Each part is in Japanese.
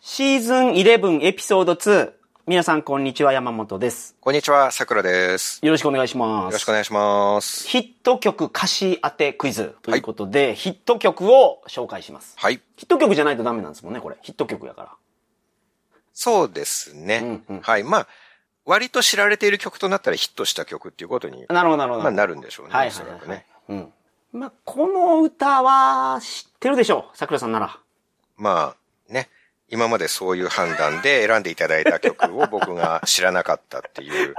シーズン11エピソード2。皆さんこんにちは、山本です。こんにちは、さくらです。よろしくお願いします。よろしくお願いします。ヒット曲歌詞当てクイズということで、ヒット曲を紹介します。はい。ヒット曲じゃないとダメなんですもんね、これ。ヒット曲やから。そうですね。うんうんはい。まあ、割と知られている曲となったらヒットした曲っていうことに、なるほど、なるほど。まあ、なるんでしょうね。はいおはそいらはい、くはいね。うん。まあ、この歌は知ってるでしょう、桜さんなら。まあ、ね。今までそういう判断で選んでいただいた曲を僕が知らなかったっていう、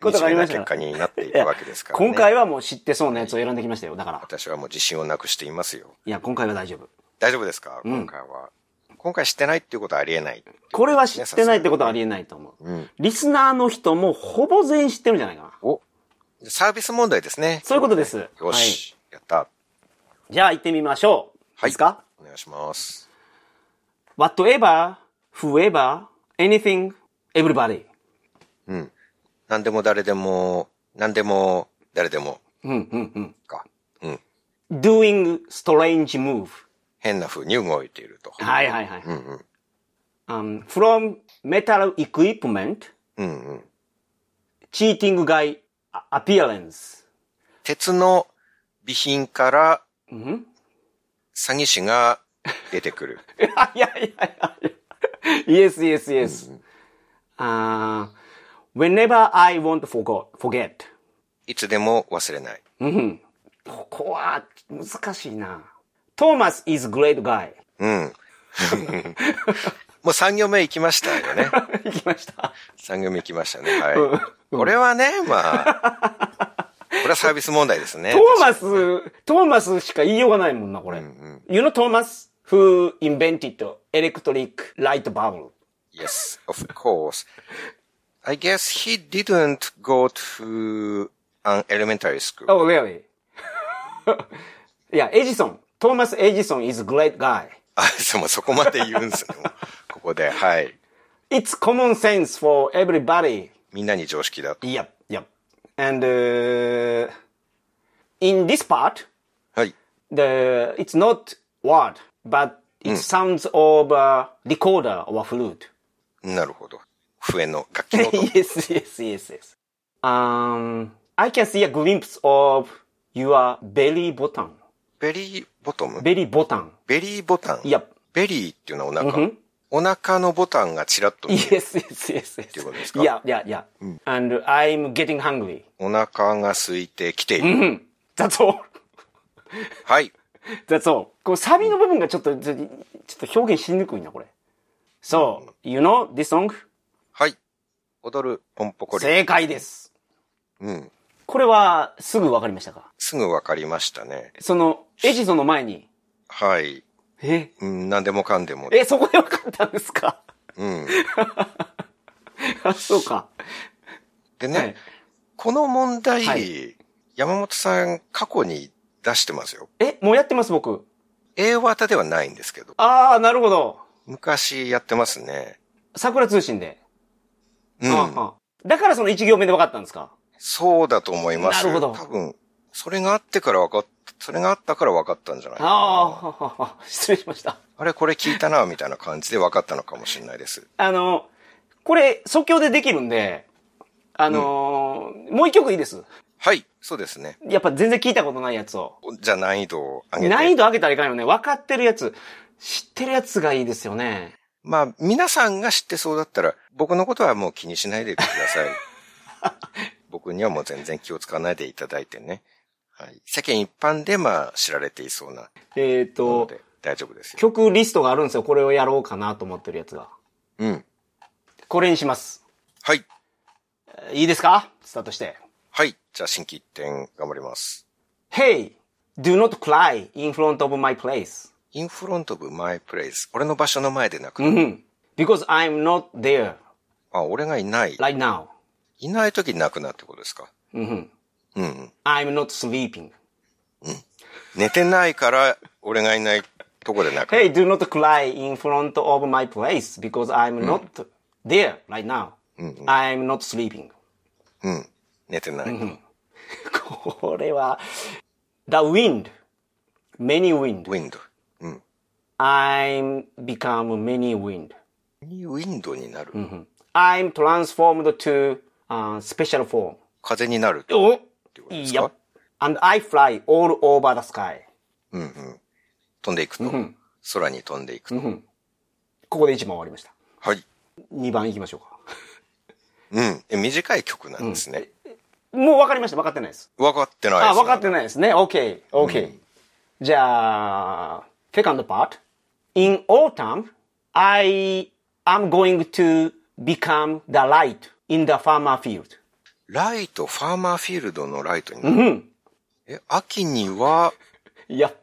ことがありました惨ねめな結果になっていくわけですからね。今回はもう知ってそうなやつを選んできましたよ、だから。私はもう自信をなくしていますよ。いや、今回は大丈夫。大丈夫ですか、うん今回は。今回知ってないっていうことはありえない。これは知ってないってことはありえないと思う。うん。リスナーの人もほぼ全員知ってるんじゃないかな。おサービス問題ですね。そういうことです。よし。やった。はい。じゃあ行ってみましょう。はいでいすかお願いします。 ?whatever, whoever, anything, everybody. うん。何でも誰でも、何でも誰でもうんうんか。うん。うん。doing strange move. 変な風に動いていると。はいはいはい。うんうん。 Um, from metal equipment, うんうん。 cheating guy appearance. 鉄の備品からうん詐欺師が出てくる。 いやいやいやいや。yes, yes, yes. Uh, whenever I want forgot, forget. いつでも忘れない。うん。ここは難しいな。トーマス is great guy. うん。 もう3行目行きましたよね。いきました。 3行目行きましたね。はい。うんこれはね、まあ、これはサービス問題で すね。トーマス、トーマスしか言いようがないもんな、これ。you know Thomas who invented electric light bulb? Yes, of course. I guess he didn't go to an elementary school. Oh, really? いや、エジソン。トーマス・エジソン is great guy. あ、そうもうそこまで言うんですね。 もうここで、はい。 It's common sense for everybody. みんなに常識だと。 Yep, yep. And, uh, in this part, はい。 the it's not word but it sounds of a recorder or flute なるほど。笛の楽器の音。 yes yes yes yes um i can see a glimpse of your belly button ベリーボトム belly button ベリーボタン yep ベリーっていうのはお腹。お腹のボタンがちらっと見える。 yes yes yes yes いうことですか yeah yeah yeah and i'm getting hungry お腹が空いてきている。 that's all はい。 that's all こうサビの部分がちょっとちょちょっと表現しにくいなこれ so you know this song はい。踊るポンポコリ。正解ですうん。これはすぐわかりましたかすぐわかりましたね。その、エジソンの前に。はい。えうん、何でもかんでも。え、そこで分かったんですか うん。あ、そうか。でね、はい。この問題、はい山本さん過去に出してますよ。え、もうやってます、僕。英和田ではないんですけど、あー、なるほど。昔やってますね。桜通信で。うあん。あだからその1行目で分かったんですかそうだと思います。なるほど多分、それがあってから分かった、それがあったから分かったんじゃないかあなあははは、 失礼しました。あれ、これ聞いたな、みたいな感じで分かったのかもしれないです。あの、これ、即興でできるんで、あのーもう一曲いいです。はい、そうですね。やっぱ全然聞いたことないやつを。じゃあ難易度を上げて。難易度上げたらいかんよね。分かってるやつ、知ってるやつがいいですよね。まあ、皆さんが知ってそうだったら、僕のことはもう気にしないでく ださい。僕にはもう全然気を使わないでいただいてね。はい。世間一般で、まあ、知られていそうなえっ、ー、のと、で、大丈夫ですよ。曲リストがあるんですよ。これをやろうかなと思ってるやつが。うん。これにします。はい。えーいいですかスタートして。はい。じゃあ、新規一点、頑張ります。 Hey, do not cry in front of my place. in front of my place. 俺の場所の前でなく、うん。Because I'm not there あ、俺がいない。 right now. いない時になくなってことですか。うん。うんうん。 I'm not sleeping. 寝てないから、俺がいないとこでなくなる。 Hey, do not cry in front of my place because I'm not there right now. I'm not sleeping. うん。寝てない。これは、The wind. Many wind. wind. うん。 I'm become many wind. ウィンドになる。 I'm transformed to uh, special form. 風になるっておことですか Yep. And I fly all over the sky. うんうん。飛んでいくと。空に飛んでいくと。ここで1番終わりました。はい。 2番行きましょううん。え短い曲なんですね。か。もう分かりました。分かってないです。分かってないです、あ、分かってないですね。OK。OK。じゃあ、second part. In autumn, I am going to become the light in the farmer field. ライト、ファーマーフィールドのライトになる。え、秋には、 Yep.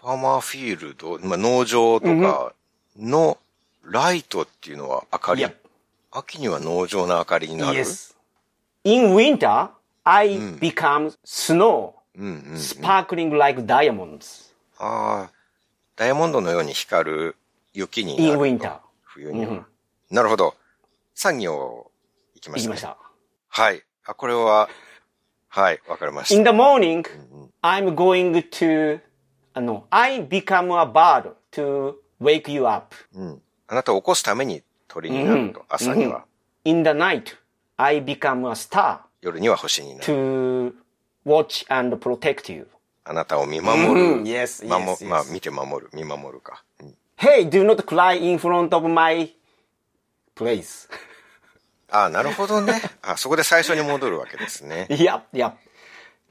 ファーマーフィールド、まあ、農場とかのライトっていうのは明かり。 Yep. 秋には農場の明かりになる。 Yes. In winter, I become snow, うんうん。 sparkling like diamonds ああ、ダイヤモンドのように光る雪に in なる。 winter. 冬には。なるほど。産業、行きま行しきた、まね。した。はい。あ、これは、はい、わかりました。 In the morning, I'm going to, あの、I become a bird to wake you up. うん。あなたを起こすために鳥になると。朝には、 In the night, I become a star 夜には星になる。 to watch and protect you. あなたを見守る。 Yes, 守 yes, まあ、 yes. 見て守る。見守るか。うん Hey, do not cry in front of my place. ああ、なるほどね。あ、そこで最初に戻るわけですね。 yep, yep.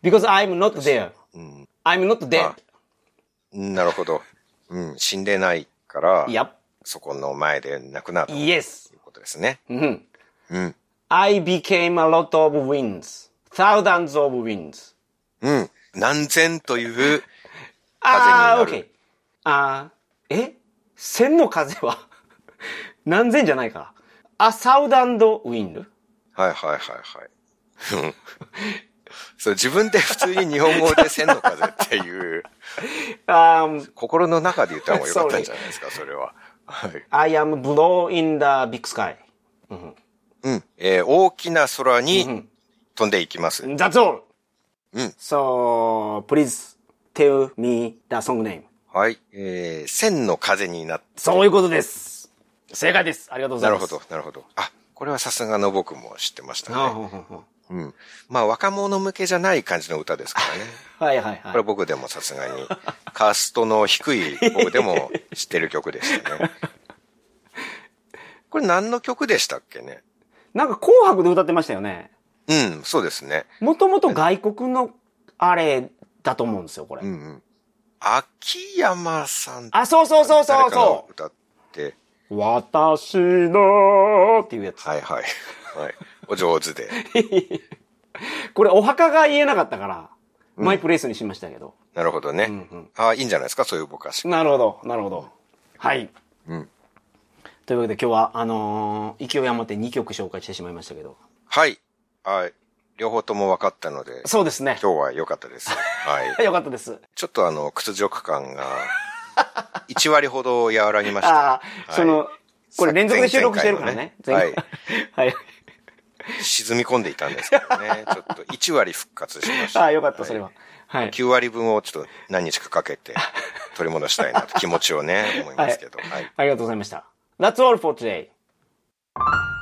Because I'm not there. I'm not dead. うんなるほど。うん、死んでないから、 Yep. そこの前で亡くなったという Yes. ことですね。 I became a lot of winds. Thousands of winds. うん。何千というああ、風 OK になる。あーえ千の風は 何千じゃないか。A thousand wind? はいはいはいはい。うんそう、自分で普通に日本語で千の風っていう、 Um, 心の中で言った方が良かったんじゃないですか、それは。はい。 I am blow in the big sky. うん。えー大きな空に飛んでいきます。 That's all! うん So, please tell me the song name. はい。えー、千の風になっそういうことです。正解です。ありがとうござないるます。ほど、なるほど。あ、これはさすがの僕も知ってましたあね。ほんほんほん。うん。まあ、若者向けじゃない感じの歌ですからね。はいはいこれは僕でもさすがに、カーストの低い僕でも知ってる曲でし たね。これ何の曲でしたっけねい。なんか紅白で歌ってましたよね。うん、そうですね。もともと外国のあれだと思うんですよ、これ。うんうん。秋山さんあ、そうそうそうそ誰うかのそ歌って、う。私のっていうやつ。はいはい。はい。お上手で。これお墓が言えなかったから、マイプレイスにしましたけど。なるほどね。ああ、いいんじゃないですか、そういうぼかし。なるほど、なるほど。はい。うんというわけで今日は、あのー勢い余って2曲紹介してしまいましたけど。はい。はい。両方とも分かった ので、そうですね。今日は良かったです。はい。よかったです。ちょっとあの、屈辱感が、1割ほど和らぎました。ああ、その、これ連続で収録してるからね。前回のね前回はい。沈み込んでいたんですけど ね。ちょっと1割復活しましあた。あ、よかった、それ は。はい。 9割分をちょっと何日かかけて取り戻したいなと気持ちをね、思いますけど。はい。ありがとうございました。That's all for today.